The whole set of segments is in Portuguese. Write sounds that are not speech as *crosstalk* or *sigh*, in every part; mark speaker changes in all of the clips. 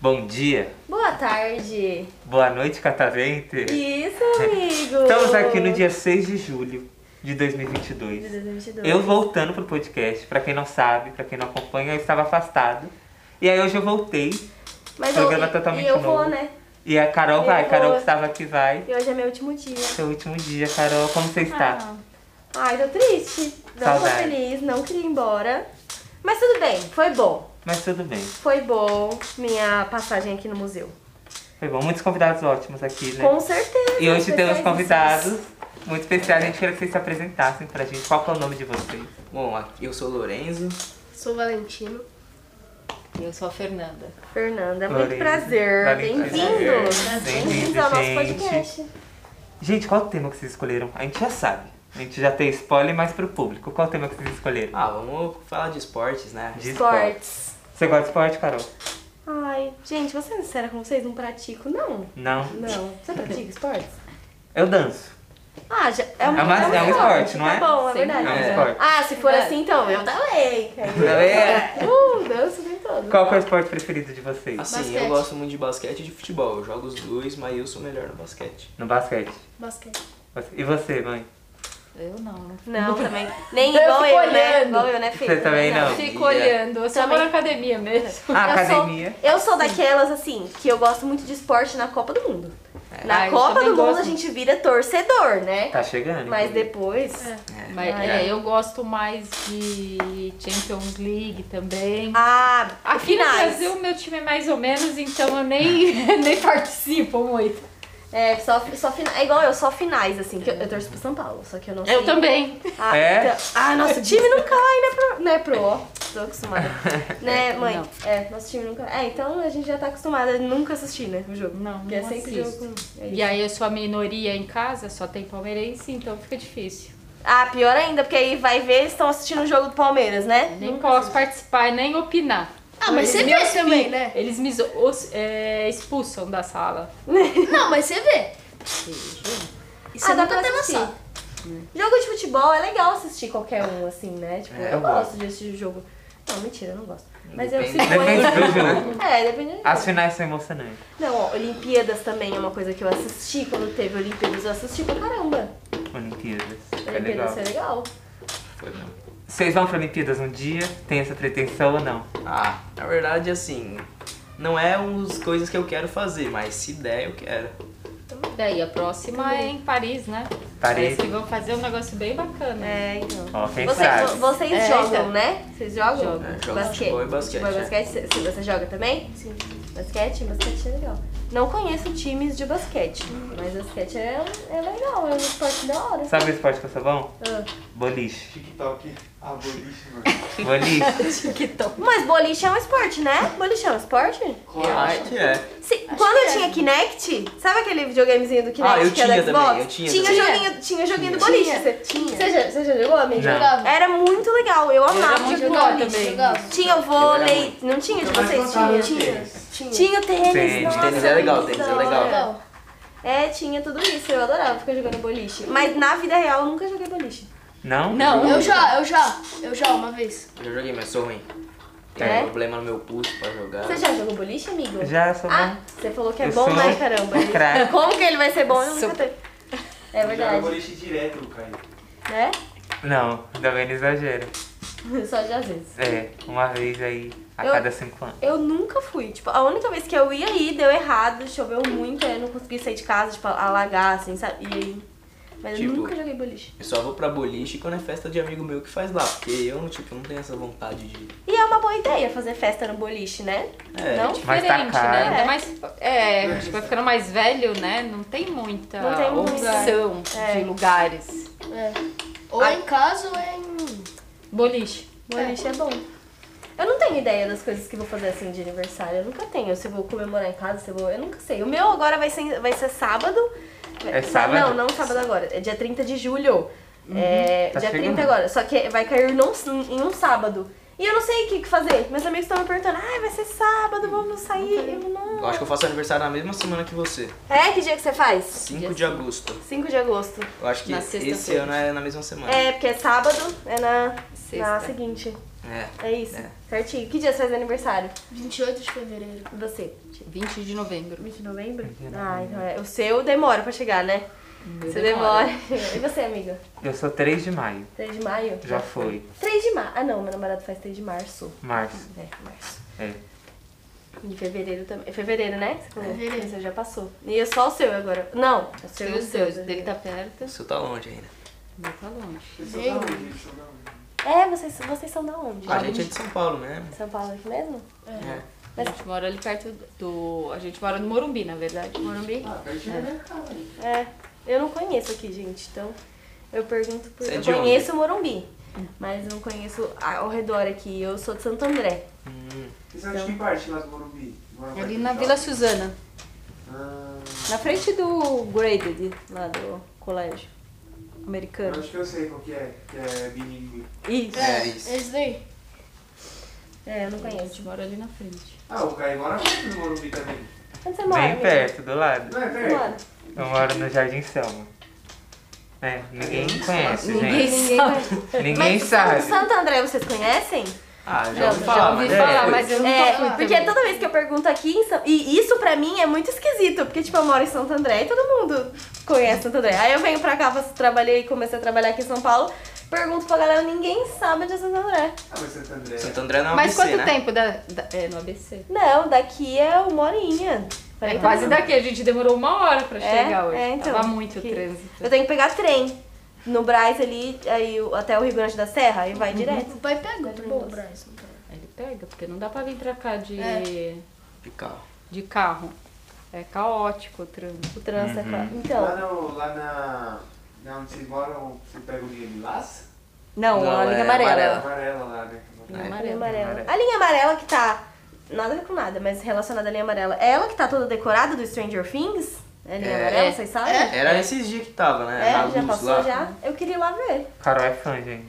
Speaker 1: Bom dia,
Speaker 2: Boa tarde.
Speaker 1: boa noite, Catavente.
Speaker 2: Isso, amigo.
Speaker 1: É. Estamos aqui no dia 6 de julho de
Speaker 2: De
Speaker 1: 2022.
Speaker 2: 2022.
Speaker 1: Eu voltando pro podcast, pra quem não sabe, pra quem não acompanha, eu estava afastado. E aí hoje eu voltei
Speaker 2: Mas eu,
Speaker 1: programa totalmente
Speaker 2: e eu
Speaker 1: novo.
Speaker 2: vou, né?
Speaker 1: e a Carol
Speaker 2: Eu
Speaker 1: vai, Carol
Speaker 2: vou.
Speaker 1: que estava aqui vai.
Speaker 2: E hoje é meu último dia.
Speaker 1: Seu último dia, Carol, como você está?
Speaker 2: Ah. Ai, tô triste. Não
Speaker 1: Saudade.
Speaker 2: tô feliz, não queria ir embora. Mas tudo bem, foi bom.
Speaker 1: Mas tudo bem.
Speaker 2: Foi bom minha passagem aqui no museu.
Speaker 1: Foi bom, muitos convidados ótimos aqui, né?
Speaker 2: Com certeza.
Speaker 1: E hoje temos
Speaker 2: especialíssimos.
Speaker 1: convidados muito especiais. A gente queria que vocês se apresentassem pra gente. Qual que é o nome de vocês?
Speaker 3: Bom, aqui eu sou o Lorenzo.
Speaker 4: Sou Valentino. E eu sou a Fernanda.
Speaker 2: Fernanda, é
Speaker 1: Lorena.
Speaker 2: muito prazer.
Speaker 1: Valentino. Prazer.
Speaker 2: Bem-vindos. Bem-vindos ao nosso
Speaker 1: Bem-vindo,
Speaker 2: podcast.
Speaker 1: Gente, qual o tema que vocês escolheram? A gente já sabe. A gente já tem spoiler, mas pro público. Qual o tema que vocês escolheram?
Speaker 3: Ah, vamos falar de esportes, né?
Speaker 1: De
Speaker 2: Esportes.
Speaker 1: Você gosta de esporte, Carol?
Speaker 2: Ai, gente, vou ser sincera com vocês, não pratico, não.
Speaker 1: Não.
Speaker 2: Não. Você pratica esportes?
Speaker 1: Eu danço.
Speaker 2: Ah, já, é, um-
Speaker 1: É uma- é um esporte, não é?
Speaker 2: Tá bom, é
Speaker 4: Sim.
Speaker 2: verdade.
Speaker 1: É um
Speaker 3: É.
Speaker 1: esporte.
Speaker 2: Ah, se for
Speaker 4: Verdade.
Speaker 2: assim, então, eu também.
Speaker 1: É.
Speaker 2: Uh, *laughs* danço bem todo.
Speaker 1: Qual que é o esporte preferido de vocês?
Speaker 3: Assim,
Speaker 4: Basquete.
Speaker 3: eu gosto muito de basquete e de futebol. Eu jogo os dois, mas eu sou melhor no basquete.
Speaker 1: No basquete.
Speaker 4: Basquete.
Speaker 1: Você- E você, mãe?
Speaker 4: Eu não.
Speaker 2: Não, também. Nem
Speaker 4: Eu
Speaker 2: igual
Speaker 4: fico
Speaker 2: eu, né?
Speaker 4: olhando.
Speaker 2: Igual eu, né, filho?
Speaker 1: Você também não.
Speaker 4: Fico
Speaker 3: Ia.
Speaker 4: olhando. Eu só vou na
Speaker 2: Também.
Speaker 4: academia mesmo.
Speaker 1: Ah,
Speaker 2: Eu sou-
Speaker 1: academia.
Speaker 2: Eu sou daquelas, assim, que eu gosto muito de esporte na Copa do Mundo. Na
Speaker 4: Ah, eu
Speaker 2: Copa
Speaker 4: também
Speaker 2: do Mundo
Speaker 4: gosto.
Speaker 2: a gente vira torcedor, né?
Speaker 1: Tá chegando.
Speaker 2: Mas
Speaker 1: inclusive.
Speaker 2: depois.
Speaker 4: Mas
Speaker 3: É.
Speaker 4: é, eu gosto mais de Champions League também.
Speaker 2: Ah,
Speaker 4: Aqui no
Speaker 2: finais.
Speaker 4: Brasil, meu time é mais ou menos, então eu nem, *laughs* nem participo muito.
Speaker 2: É, só, só finais. É igual eu, só finais, assim, que eu, eu torço pro São Paulo, só que eu não sei.
Speaker 4: Eu também.
Speaker 2: Ah,
Speaker 1: É?
Speaker 2: então- ah, nosso time não cai, né, pro, né, pro ó.
Speaker 1: *laughs*
Speaker 2: Tô acostumada. Né, mãe?
Speaker 4: Não.
Speaker 2: É, nosso time nunca. É, então a gente já tá acostumada a nunca assistir, né, o jogo.
Speaker 4: Não,
Speaker 2: Porque é
Speaker 4: não
Speaker 2: sempre
Speaker 4: assisto.
Speaker 2: jogo. com- é
Speaker 4: E
Speaker 2: isso.
Speaker 4: aí eu sou a minoria em casa, só tem palmeirense, então fica difícil.
Speaker 2: Ah, pior ainda, porque aí vai ver, estão assistindo o jogo do Palmeiras, né?
Speaker 4: Nem posso participar e nem opinar.
Speaker 5: Ah, mas você
Speaker 4: Meus
Speaker 5: vê
Speaker 4: fi-
Speaker 2: *laughs*
Speaker 5: também, né?
Speaker 4: Eles me zo- os- é, expulsam da sala.
Speaker 5: Não, mas você vê. E você
Speaker 2: Ah, dá
Speaker 5: nunca
Speaker 2: pra
Speaker 5: tá na
Speaker 2: assistir.
Speaker 5: sala.
Speaker 2: Jogo de futebol é legal assistir qualquer um, assim, né? Tipo,
Speaker 1: É,
Speaker 2: eu,
Speaker 1: eu
Speaker 2: gosto de assistir jogo. Não, mentira, eu não gosto. Mas eu se
Speaker 1: Depende do jogo.
Speaker 2: for. *laughs* É, depende do
Speaker 1: As
Speaker 2: jogo.
Speaker 1: finais são emocionantes.
Speaker 2: Não, ó, Olimpíadas também é uma coisa que eu assisti quando teve Olimpíadas. Eu assisti pra caramba.
Speaker 1: Olimpíadas. É legal.
Speaker 2: Olimpíadas é legal.
Speaker 3: Foi bom.
Speaker 1: Vocês vão pra Olimpíadas um dia? Tem essa pretensão ou não?
Speaker 3: Ah, na verdade, assim, não é umas coisas que eu quero fazer, mas se der, eu quero.
Speaker 4: Daí a próxima é em Paris, né?
Speaker 1: Parei.
Speaker 4: Parece que vão fazer um negócio bem bacana. *laughs*
Speaker 2: É, então.
Speaker 1: Ó, quem sabe?
Speaker 2: Vocês, vocês
Speaker 4: É,
Speaker 2: jogam,
Speaker 4: então.
Speaker 2: né? Vocês jogam?
Speaker 4: Jogo.
Speaker 3: É, jogo de futebol e basquete,
Speaker 2: Futebol e
Speaker 3: é.
Speaker 2: basquete. Você, você joga também? Sim. Basquete? Basquete é legal. Não conheço times de basquete, mas basquete é, é legal, é um esporte da hora.
Speaker 1: Sabe o esporte que eu sou bom?
Speaker 2: Ah.
Speaker 1: Boliche.
Speaker 6: TikTok. Ah, boliche, mano.
Speaker 2: É
Speaker 1: Boliche.
Speaker 2: Mas boliche é um esporte, né? Boliche é um esporte?
Speaker 3: Eu acho que é.
Speaker 2: Sim. Quando eu tinha Kinect, sabe aquele videogamezinho do Kinect
Speaker 3: Ah, eu
Speaker 2: que é da
Speaker 3: tinha
Speaker 2: Xbox?
Speaker 3: também, eu tinha
Speaker 2: Tinha,
Speaker 3: também.
Speaker 2: joguinho, tinha joguinho do boliche. Você,
Speaker 5: tinha.
Speaker 2: Você, já, você já jogou, amigo?
Speaker 1: Não.
Speaker 5: Jogava.
Speaker 2: Era muito legal, eu amava.
Speaker 4: muito
Speaker 2: jogar.
Speaker 4: legal.
Speaker 5: Jogava,
Speaker 4: também.
Speaker 5: jogava.
Speaker 2: Tinha o
Speaker 3: Eu era
Speaker 2: vôlei,
Speaker 3: muito.
Speaker 2: não tinha de
Speaker 6: Mas
Speaker 2: vocês?
Speaker 6: lançaram
Speaker 2: Tinha,
Speaker 6: Então, o
Speaker 2: tinha.
Speaker 6: tênis.
Speaker 2: Tinha o tênis,
Speaker 1: Tênis,
Speaker 2: nossa,
Speaker 3: tênis é legal,
Speaker 2: muito
Speaker 3: tênis é
Speaker 2: da
Speaker 3: legal.
Speaker 2: hora.
Speaker 5: Legal.
Speaker 2: É, tinha tudo isso, eu adorava ficar jogando boliche. Mas na vida real eu nunca joguei boliche.
Speaker 1: Não?
Speaker 4: Não,
Speaker 5: Eu já, eu já, eu já uma vez.
Speaker 3: Eu já joguei, mas sou ruim. Tem
Speaker 2: É?
Speaker 3: um problema no meu pulso pra jogar.
Speaker 2: Você já jogou boliche, amigo?
Speaker 1: Já sou
Speaker 2: Ah,
Speaker 1: bom.
Speaker 2: você falou que é
Speaker 1: Eu
Speaker 2: bom,
Speaker 1: sou
Speaker 2: né, caramba?
Speaker 3: *laughs*
Speaker 1: craque.
Speaker 2: Como que ele vai ser bom? Eu nunca
Speaker 4: Sou-
Speaker 2: teve. É
Speaker 6: Joga
Speaker 2: verdade,
Speaker 6: boliche direto, Caio.
Speaker 2: né? *laughs*
Speaker 1: Não, também não exagero.
Speaker 2: Só de às vezes.
Speaker 1: É, uma vez aí a
Speaker 2: Eu-
Speaker 1: cada cinco anos.
Speaker 2: Eu nunca fui, tipo, a única vez que eu ia aí deu errado, choveu muito, aí eu não consegui sair de casa, tipo, alagar, assim, sabe? E aí... Mas eu
Speaker 3: Tipo-
Speaker 2: nunca joguei boliche.
Speaker 3: Eu só vou pra boliche quando é festa de amigo meu que faz lá, porque eu, tipo, não tenho essa vontade de...
Speaker 2: E é uma boa ideia fazer festa no boliche, né?
Speaker 3: É,
Speaker 2: não?
Speaker 1: Mas tá
Speaker 4: diferente,
Speaker 1: caro.
Speaker 4: né? Ainda mais, é, acho que vai ficando mais velho, né? Não tem muita
Speaker 2: Não tem muita.
Speaker 4: opção
Speaker 2: É.
Speaker 4: de lugares.
Speaker 5: É. Ou
Speaker 2: Ah.
Speaker 5: é em casa ou é em.
Speaker 4: Boliche.
Speaker 2: Boliche é. bom. Eu não tenho ideia das coisas que vou fazer assim de aniversário. Eu nunca tenho. Se eu vou comemorar em casa, se eu vou. Eu nunca sei. O meu agora vai ser, vai ser sábado.
Speaker 1: É
Speaker 2: Sa-
Speaker 1: sábado?
Speaker 2: Não, não sábado agora. É dia 30 de julho. É,
Speaker 1: Tá
Speaker 2: dia
Speaker 1: chegando.
Speaker 2: 30 agora. Só que vai cair num- em um sábado. E eu não sei o que que fazer. Meus amigos estão me perguntando, ai, vai ser sábado, vamos sair. Eu
Speaker 3: Eu
Speaker 2: não.
Speaker 3: acho que eu faço aniversário na mesma semana que você.
Speaker 2: É, que dia que você faz?
Speaker 3: 5 de agosto.
Speaker 2: 5 de agosto.
Speaker 3: Eu acho que
Speaker 4: Na
Speaker 3: esse
Speaker 4: sexta-feira.
Speaker 3: ano é na mesma semana.
Speaker 2: É, porque é sábado, é na, na
Speaker 4: Sexta.
Speaker 2: seguinte.
Speaker 3: É.
Speaker 2: É isso.
Speaker 3: É.
Speaker 2: Certinho. Que dia você faz aniversário?
Speaker 5: 28 de fevereiro.
Speaker 2: E Você?
Speaker 4: 20 de novembro.
Speaker 2: 20 de novembro? Ah, então é. O seu demora pra chegar, né? Você demora. *laughs* E você, amiga?
Speaker 1: Eu sou 3 de maio.
Speaker 2: 3 de maio?
Speaker 1: Já foi.
Speaker 2: 3 de maio. Ah, não, meu namorado faz 3 de março.
Speaker 1: Março.
Speaker 2: É, março.
Speaker 1: É.
Speaker 2: E fevereiro também. É fevereiro, né? Você falou.
Speaker 5: Fevereiro.
Speaker 2: O seu já passou. E é só o seu agora. Não, é o seu e
Speaker 4: Seu,
Speaker 2: o
Speaker 4: seu,
Speaker 2: seu.
Speaker 4: o dele tá perto,
Speaker 3: O seu tá longe ainda.
Speaker 4: o meu tá longe.
Speaker 6: Isso é da onde? Isso é da onde?
Speaker 2: É, vocês, vocês são da onde?
Speaker 3: A gente é de São Paulo mesmo.
Speaker 2: São Paulo aqui mesmo?
Speaker 3: É.
Speaker 4: A gente mora ali perto do. A gente mora no Morumbi, na verdade. Morumbi?
Speaker 6: Ah, pertinho da minha casa.
Speaker 2: É. Eu não conheço aqui, gente, então eu pergunto por.
Speaker 3: Você é
Speaker 2: eu
Speaker 3: de onde?
Speaker 2: conheço o Morumbi, mas não conheço a- ao redor aqui. Eu sou de Santo André.
Speaker 3: Hum.
Speaker 6: Isso
Speaker 2: Então.
Speaker 6: é de que parte lá do Morumbi? Mora
Speaker 4: Ali
Speaker 6: perto
Speaker 4: na
Speaker 6: do
Speaker 4: Vila
Speaker 6: shopping?
Speaker 4: Suzana.
Speaker 6: Ah,
Speaker 2: Na frente do Graded, lá do colégio
Speaker 6: eu
Speaker 2: americano.
Speaker 6: acho que eu sei qual que é, que é bilíngue.
Speaker 2: Isso.
Speaker 3: É isso.
Speaker 5: Esse daí.
Speaker 2: É, eu não
Speaker 4: A
Speaker 2: conheço.
Speaker 4: gente mora ali na frente.
Speaker 6: Ah, o Caio mora perto do Morumbi também.
Speaker 2: Onde você mora?
Speaker 1: Bem
Speaker 2: amiga?
Speaker 1: perto, do lado.
Speaker 6: Não é
Speaker 2: Você mora?
Speaker 6: perto?
Speaker 1: Eu moro no Jardim Selma. É, ninguém conhece,
Speaker 2: É
Speaker 4: Ninguém
Speaker 1: gente.
Speaker 4: sabe.
Speaker 1: Ninguém sabe.
Speaker 2: Santo André, vocês conhecem?
Speaker 3: Ah, eu
Speaker 4: Não,
Speaker 3: já ouvi
Speaker 4: já
Speaker 3: falar,
Speaker 4: ouvi
Speaker 3: mas
Speaker 4: falar,
Speaker 3: é.
Speaker 4: mas eu nunca
Speaker 2: É,
Speaker 4: fui
Speaker 2: porque
Speaker 4: também.
Speaker 2: toda vez que eu pergunto aqui em São... E isso pra mim é muito esquisito, porque tipo, eu moro em Santo André e todo mundo conhece Santo André. Aí eu venho pra cá, faço- trabalhei, comecei a trabalhar aqui em São Paulo, pergunto pra galera, ninguém sabe de Santo André.
Speaker 6: Ah, mas Santo André.
Speaker 3: Santo André não é
Speaker 4: Mas
Speaker 3: ABC,
Speaker 4: quanto
Speaker 3: né?
Speaker 4: tempo da, da- é, no ABC?
Speaker 2: Não, daqui é uma horinha.
Speaker 4: É quase daqui, a gente demorou uma hora pra
Speaker 2: É,
Speaker 4: chegar hoje.
Speaker 2: é, então.
Speaker 4: Tava muito
Speaker 2: Que-
Speaker 4: trânsito.
Speaker 2: Eu tenho que pegar trem. No Brás ali, aí, o- até o Rio Grande da Serra, e
Speaker 4: Uhum.
Speaker 2: vai direto.
Speaker 5: Meu pai pegou pra mim do
Speaker 2: Boas.
Speaker 5: Braz. não tá?
Speaker 4: Aí Ele pega, porque não dá pra vir pra cá de,
Speaker 3: Pical.
Speaker 4: de carro. É caótico o trânsito.
Speaker 2: O trânsito
Speaker 4: Uhum.
Speaker 2: é claro.
Speaker 6: Lá,
Speaker 2: Então,
Speaker 6: no, lá na... Na onde vocês moram, você pega o linha de laço?
Speaker 2: não,
Speaker 3: Não,
Speaker 2: a
Speaker 3: é
Speaker 2: linha amarela.
Speaker 3: amarela.
Speaker 6: Amarela lá, né?
Speaker 4: Linha
Speaker 2: A
Speaker 4: amarela.
Speaker 2: linha amarela.
Speaker 1: amarela.
Speaker 2: A linha amarela que tá. Nada a ver com nada, mas relacionada à linha amarela. É ela que tá toda decorada do Stranger Things? É a linha
Speaker 3: É.
Speaker 2: amarela, vocês sabem? É,
Speaker 3: Era esses dias que tava, né? na
Speaker 2: já
Speaker 3: luz
Speaker 2: passou
Speaker 3: lá.
Speaker 2: já. Eu queria ir lá ver.
Speaker 1: Carol é fã, gente.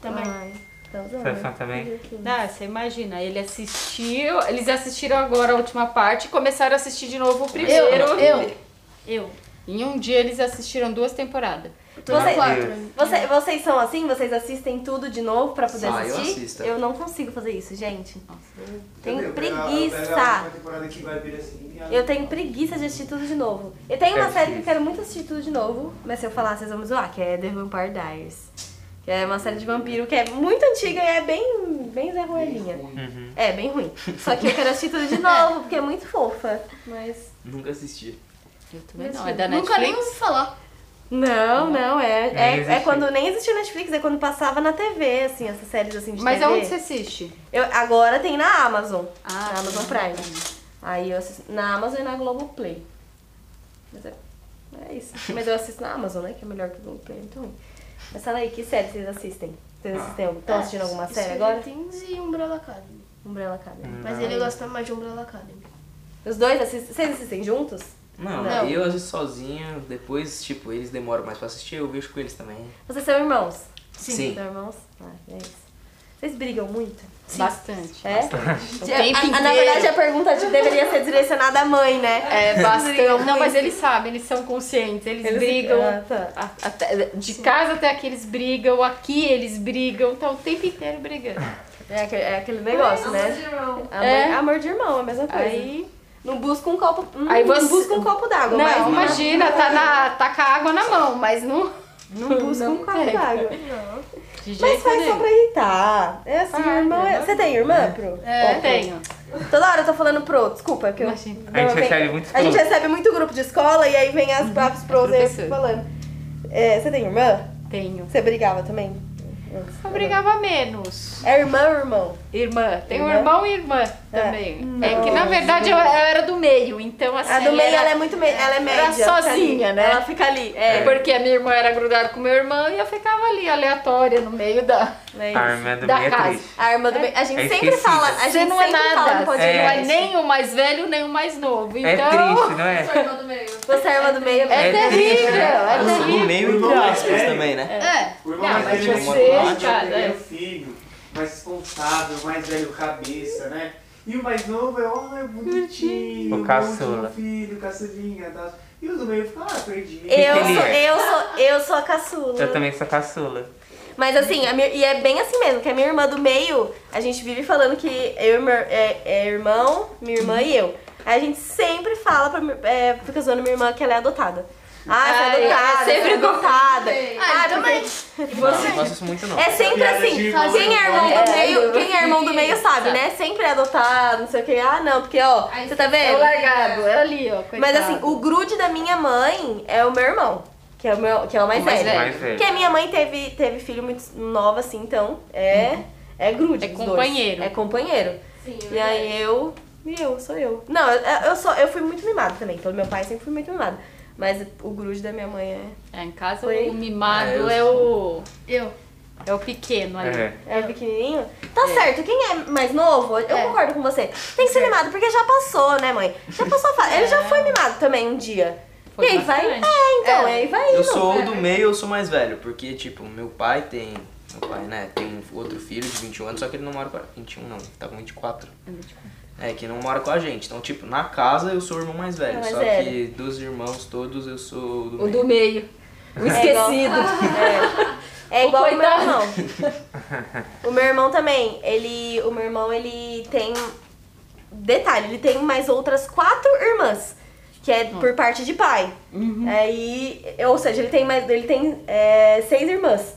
Speaker 5: Também.
Speaker 2: Ai, tá usando.
Speaker 1: Você é fã também?
Speaker 4: Ah, você imagina, ele assistiu, eles assistiram agora a última parte e começaram a assistir de novo o primeiro.
Speaker 5: Eu, eu, eu.
Speaker 4: Em um dia eles assistiram duas temporadas.
Speaker 5: Tô na
Speaker 2: Você-
Speaker 5: quatro.
Speaker 1: Deus.
Speaker 2: Você- vocês são assim? Vocês assistem tudo de novo pra poder
Speaker 3: Ah, eu
Speaker 2: assistir?
Speaker 3: assisto.
Speaker 2: Eu não consigo fazer isso, gente. Tem
Speaker 6: Eu pego a- eu pego a última
Speaker 2: preguiça.
Speaker 6: temporada que vai vir assim, e a-
Speaker 2: Eu tenho preguiça de assistir tudo de novo. E tem uma
Speaker 1: É
Speaker 2: série que eu
Speaker 1: difícil.
Speaker 2: quero muito assistir tudo de novo, mas se eu falar, vocês vão me zoar, que é The Vampire Diaries. Que é uma série de vampiro que é muito antiga e é bem, bem Zé Ruelinha.
Speaker 1: Uhum.
Speaker 2: É, bem ruim. Só que eu quero assistir tudo de novo, porque é muito fofa. Mas.
Speaker 3: Nunca assisti.
Speaker 4: Eu também não, é da
Speaker 5: Nunca nem
Speaker 4: Netflix.
Speaker 5: ouvi falar.
Speaker 2: Não, não, é. É,
Speaker 1: Nem
Speaker 2: é
Speaker 1: existiu.
Speaker 2: quando nem existia Netflix, é quando passava na TV, assim, essas séries assim de
Speaker 4: Mas
Speaker 2: TV.
Speaker 4: aonde você assiste?
Speaker 2: Eu, agora tem na Amazon.
Speaker 4: Ah,
Speaker 2: na Amazon Prime. Aí eu assisto na Amazon e na Globoplay. Mas é, é isso. Mas eu assisto na Amazon, né? Que é melhor que o Globoplay, então. Mas fala aí, que série vocês assistem? Vocês assistem algum- Estão Tá assistindo alguma
Speaker 5: É,
Speaker 2: série agora?
Speaker 5: Stranger Things e Umbrella Academy.
Speaker 2: Umbrella Academy.
Speaker 5: Mas ele gosta mais de Umbrella Academy.
Speaker 2: Os dois assistem. Vocês assistem juntos?
Speaker 3: Não,
Speaker 5: Não.
Speaker 3: eu assisto sozinho. Depois, tipo, eles demoram mais pra assistir, eu vejo com eles também.
Speaker 2: Vocês são irmãos?
Speaker 3: Sim.
Speaker 2: São irmãos? Ah, é isso. Vocês brigam muito?
Speaker 4: Bastante.
Speaker 2: É?
Speaker 4: O tempo
Speaker 2: A- a-
Speaker 4: inteiro.
Speaker 2: na verdade, a pergunta de- deveria ser direcionada à mãe, né?
Speaker 4: *laughs* É, bastante. Não,
Speaker 2: muito.
Speaker 4: mas eles sabem, eles são conscientes, eles,
Speaker 2: Eles-
Speaker 4: brigam.
Speaker 2: Ah, tá.
Speaker 4: A- até- de casa até aqui eles brigam, aqui eles brigam, tá o tempo inteiro brigando.
Speaker 2: É aquele, é aquele negócio, né? Amor,
Speaker 4: É.
Speaker 2: amor de irmão, é a mesma coisa.
Speaker 4: Aí,
Speaker 2: Não busca um copo. Não,
Speaker 4: Aí você-
Speaker 2: não busca um copo d'água, mas
Speaker 4: não, imagina, tá, na, tá com a água na mão, mas não.
Speaker 2: *laughs* Não, não busca um copo
Speaker 4: pega.
Speaker 2: d'água.
Speaker 4: De jeito
Speaker 2: Mas faz
Speaker 4: nenhum.
Speaker 2: só pra irritar. É assim,
Speaker 4: Ah,
Speaker 2: irmão. é-
Speaker 4: é.
Speaker 2: Você tem irmã, Pro?
Speaker 4: É,
Speaker 2: Ou
Speaker 4: tenho.
Speaker 2: Pro? Toda hora eu tô falando pro, desculpa. é que eu-
Speaker 4: Imagina.
Speaker 1: A gente
Speaker 2: eu tenho-
Speaker 1: recebe muitos
Speaker 2: A gente
Speaker 1: pros.
Speaker 2: recebe muito grupo de escola e aí vem as papos pros aí eu fico
Speaker 4: Professor.
Speaker 2: falando. É, você tem irmã?
Speaker 4: Tenho.
Speaker 2: Você brigava também?
Speaker 4: Eu brigava menos.
Speaker 2: É irmã ou irmão?
Speaker 4: Irmã. Tenho um
Speaker 2: Irmã? Hum,
Speaker 4: irmão e irmã também. É que na verdade eu, eu era do meio, então assim.
Speaker 2: A do meio,
Speaker 4: era-
Speaker 2: ela é muito me... ela é média.
Speaker 4: Era
Speaker 2: fica ali.
Speaker 4: sozinha, né?
Speaker 2: Ela fica ali.
Speaker 4: É,
Speaker 2: É.
Speaker 4: porque a minha irmã era grudada com meu irmão e eu ficava ali, aleatória, no meio da.
Speaker 2: É
Speaker 1: A
Speaker 2: isso.
Speaker 1: irmã do
Speaker 4: Da
Speaker 1: meio é
Speaker 4: casa.
Speaker 1: triste.
Speaker 2: A irmã do meio. A gente
Speaker 1: É
Speaker 2: sempre
Speaker 1: esquecida.
Speaker 2: fala. A
Speaker 4: Você
Speaker 2: gente
Speaker 4: não é
Speaker 2: sempre fala um
Speaker 4: nada.
Speaker 2: no
Speaker 4: Você não é
Speaker 1: podcast.
Speaker 4: nem o mais velho, nem o mais novo.
Speaker 1: É
Speaker 4: Então.
Speaker 1: triste, não é?
Speaker 2: Você é a irmã do meio.
Speaker 4: É,
Speaker 1: É
Speaker 4: terrível, é
Speaker 3: Eu sou
Speaker 4: terrível.
Speaker 3: do meio e do
Speaker 6: Não,
Speaker 3: aspas
Speaker 6: é.
Speaker 3: também, né?
Speaker 5: É.
Speaker 6: O irmão
Speaker 4: Não,
Speaker 6: mais
Speaker 4: mas
Speaker 6: velho
Speaker 3: você,
Speaker 6: é o
Speaker 4: cara, é.
Speaker 6: primeiro filho. mais responsável, o mais velho cabeça, né? E o mais novo é, ó, é bonitinho,
Speaker 1: O
Speaker 6: bom
Speaker 1: caçula.
Speaker 6: último filho, caçulinha e tal. E os do meio ficam, ah, perdido.
Speaker 2: Eu
Speaker 1: ele
Speaker 2: sou,
Speaker 1: é?
Speaker 2: eu sou, eu sou a caçula.
Speaker 1: Eu também sou caçula.
Speaker 2: Mas assim, a minha- e é bem assim mesmo, que a minha irmã do meio, a gente vive falando que eu e meu- é, é irmão, minha irmã e eu. Aí a gente sempre fala pra mi- é, fica zoando minha irmã que ela é adotada. Ah,
Speaker 4: Ai,
Speaker 2: foi adotada,
Speaker 4: é sempre
Speaker 2: foi adotada.
Speaker 5: Ah,
Speaker 4: então
Speaker 5: eu
Speaker 4: é
Speaker 5: também.
Speaker 3: Não gosto disso muito, não.
Speaker 2: É sempre
Speaker 6: Piada de
Speaker 2: assim,
Speaker 6: irmão.
Speaker 2: quem é irmão do
Speaker 4: É,
Speaker 2: meio,
Speaker 4: eu-
Speaker 2: quem é irmão do meio sabe,
Speaker 4: Sabe.
Speaker 2: né? Sempre é adotado, não sei o que. Ah, não, porque ó,
Speaker 5: Aí
Speaker 2: você tá
Speaker 5: É
Speaker 2: vendo?
Speaker 5: o largado, é ali, ó.
Speaker 2: Mas
Speaker 5: coitado.
Speaker 2: assim, o grude da minha mãe é o meu irmão, que é o, meu, que é o mais,
Speaker 4: O mais
Speaker 2: velho.
Speaker 4: velho.
Speaker 1: Mais velho.
Speaker 2: Porque a minha mãe teve, teve filho muito nova, assim, então é, é grude.
Speaker 4: É
Speaker 2: dos dois.
Speaker 4: companheiro.
Speaker 2: É companheiro.
Speaker 5: Sim,
Speaker 2: E aí eu. E eu, sou eu. Não, eu, é, eu, sou, eu fui muito mimada também. Pelo meu pai sempre fui muito mimada. Mas o grude da minha mãe é,
Speaker 4: É, em casa
Speaker 2: Oi?
Speaker 4: o mimado
Speaker 3: Ah,
Speaker 4: é o.
Speaker 5: Eu.
Speaker 4: É o pequeno ali.
Speaker 1: É.
Speaker 2: é pequenininho. Tá certo, quem é mais novo, eu
Speaker 5: É.
Speaker 2: concordo com você. Tem que ser mimado, porque já passou, né, mãe? Já passou a fase. Ele já foi mimado também um dia.
Speaker 4: Foi
Speaker 2: e aí vai. É,
Speaker 4: bastante.
Speaker 2: então,
Speaker 5: É.
Speaker 2: aí vai.
Speaker 3: Eu
Speaker 2: indo.
Speaker 3: sou o do meio, eu sou mais velho, porque, tipo, meu pai tem. Meu pai, né, tem um outro filho de 21 anos, só que ele não mora com a 21 não, tá com 24. É, que não mora com a gente. Então, tipo, na casa eu sou o irmão mais velho.
Speaker 2: É o mais
Speaker 3: só que
Speaker 2: velho.
Speaker 3: dos irmãos todos eu sou o do
Speaker 4: O
Speaker 3: meio.
Speaker 4: do meio. O esquecido.
Speaker 2: *laughs* É
Speaker 4: O
Speaker 2: igual o meu
Speaker 4: coitado.
Speaker 2: irmão. O meu irmão também, ele. O meu irmão, ele tem. Detalhe, ele tem mais outras quatro irmãs. Que é
Speaker 4: Hum.
Speaker 2: por parte de pai.
Speaker 4: Uhum.
Speaker 2: Aí. Ou seja, ele tem mais. Ele tem é, seis irmãs.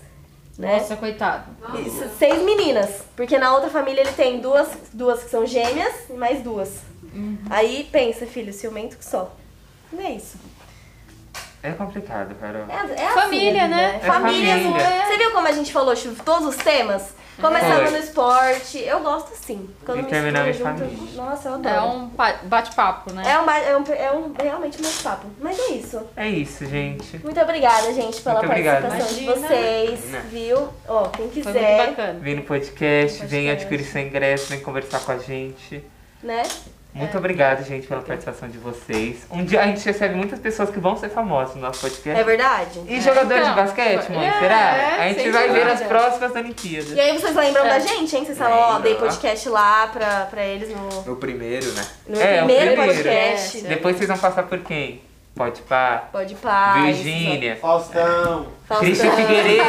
Speaker 2: Né?
Speaker 4: Nossa, coitado.
Speaker 2: E s- seis meninas. Porque na outra família ele tem duas, duas que são gêmeas e mais duas.
Speaker 4: Uhum.
Speaker 2: Aí pensa, filho, ciumento que só. Não é isso.
Speaker 1: É complicado, Carol.
Speaker 2: É, é assim
Speaker 4: Família,
Speaker 2: a vida,
Speaker 4: né?
Speaker 1: É
Speaker 2: Família, né?
Speaker 1: família.
Speaker 2: zoeira. Você viu como a gente falou de todos os temas? Começava
Speaker 1: Foi.
Speaker 2: no esporte. Eu gosto assim. Quando
Speaker 1: E
Speaker 2: me
Speaker 1: terminava em
Speaker 2: junto,
Speaker 1: família.
Speaker 2: Nossa, eu
Speaker 4: É
Speaker 2: adoro.
Speaker 4: um pa- bate-papo, né?
Speaker 2: É um, ba- é um, é um, realmente um bate-papo. Mas é isso.
Speaker 1: É isso, gente.
Speaker 2: Muito obrigada, gente, pela
Speaker 1: Muito obrigado.
Speaker 2: participação de
Speaker 4: Imagina.
Speaker 2: vocês.
Speaker 3: Imagina.
Speaker 2: Viu? Ó, quem
Speaker 4: Foi muito
Speaker 2: quiser,
Speaker 4: bacana.
Speaker 1: Vem no podcast, vem
Speaker 2: Podcast.
Speaker 1: adquirir seu ingresso, vem conversar com a gente.
Speaker 2: né?
Speaker 4: É.
Speaker 1: Muito obrigado, gente, pela participação de vocês. Um dia a gente recebe muitas pessoas que vão ser famosas no nosso podcast.
Speaker 2: É verdade?
Speaker 1: E jogadores de
Speaker 4: Então,
Speaker 1: basquete, mãe,
Speaker 4: é,
Speaker 1: será? A gente
Speaker 4: sem
Speaker 1: vai ver
Speaker 4: dúvida.
Speaker 1: as próximas Olimpíadas.
Speaker 2: E aí vocês lembram
Speaker 4: É.
Speaker 2: da gente, hein? Vocês falam, ó, dei
Speaker 3: Lembra.
Speaker 2: podcast lá pra, pra eles no,
Speaker 3: Meu primeiro, né?
Speaker 2: no
Speaker 1: É, o
Speaker 2: primeiro,
Speaker 1: primeiro.
Speaker 2: podcast.
Speaker 4: É.
Speaker 1: Depois vocês vão passar por quem? Pode pá,
Speaker 2: Pode
Speaker 4: Ah,
Speaker 2: paz.
Speaker 1: Virgínia,
Speaker 6: Faustão.
Speaker 1: *laughs*
Speaker 2: Faustão.
Speaker 4: *laughs*
Speaker 1: Cristian Figueiredo.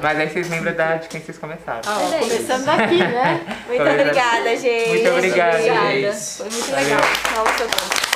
Speaker 1: Mas aí vocês lembram da, de quem vocês começaram.
Speaker 4: Ah, ó,
Speaker 2: Olha isso.
Speaker 4: começando daqui, né?
Speaker 2: Muito obrigada, gente.
Speaker 1: Muito obrigada,
Speaker 2: Obrigada.
Speaker 3: gente.
Speaker 2: Foi muito
Speaker 1: Valeu.
Speaker 2: legal. Fala o seu nome.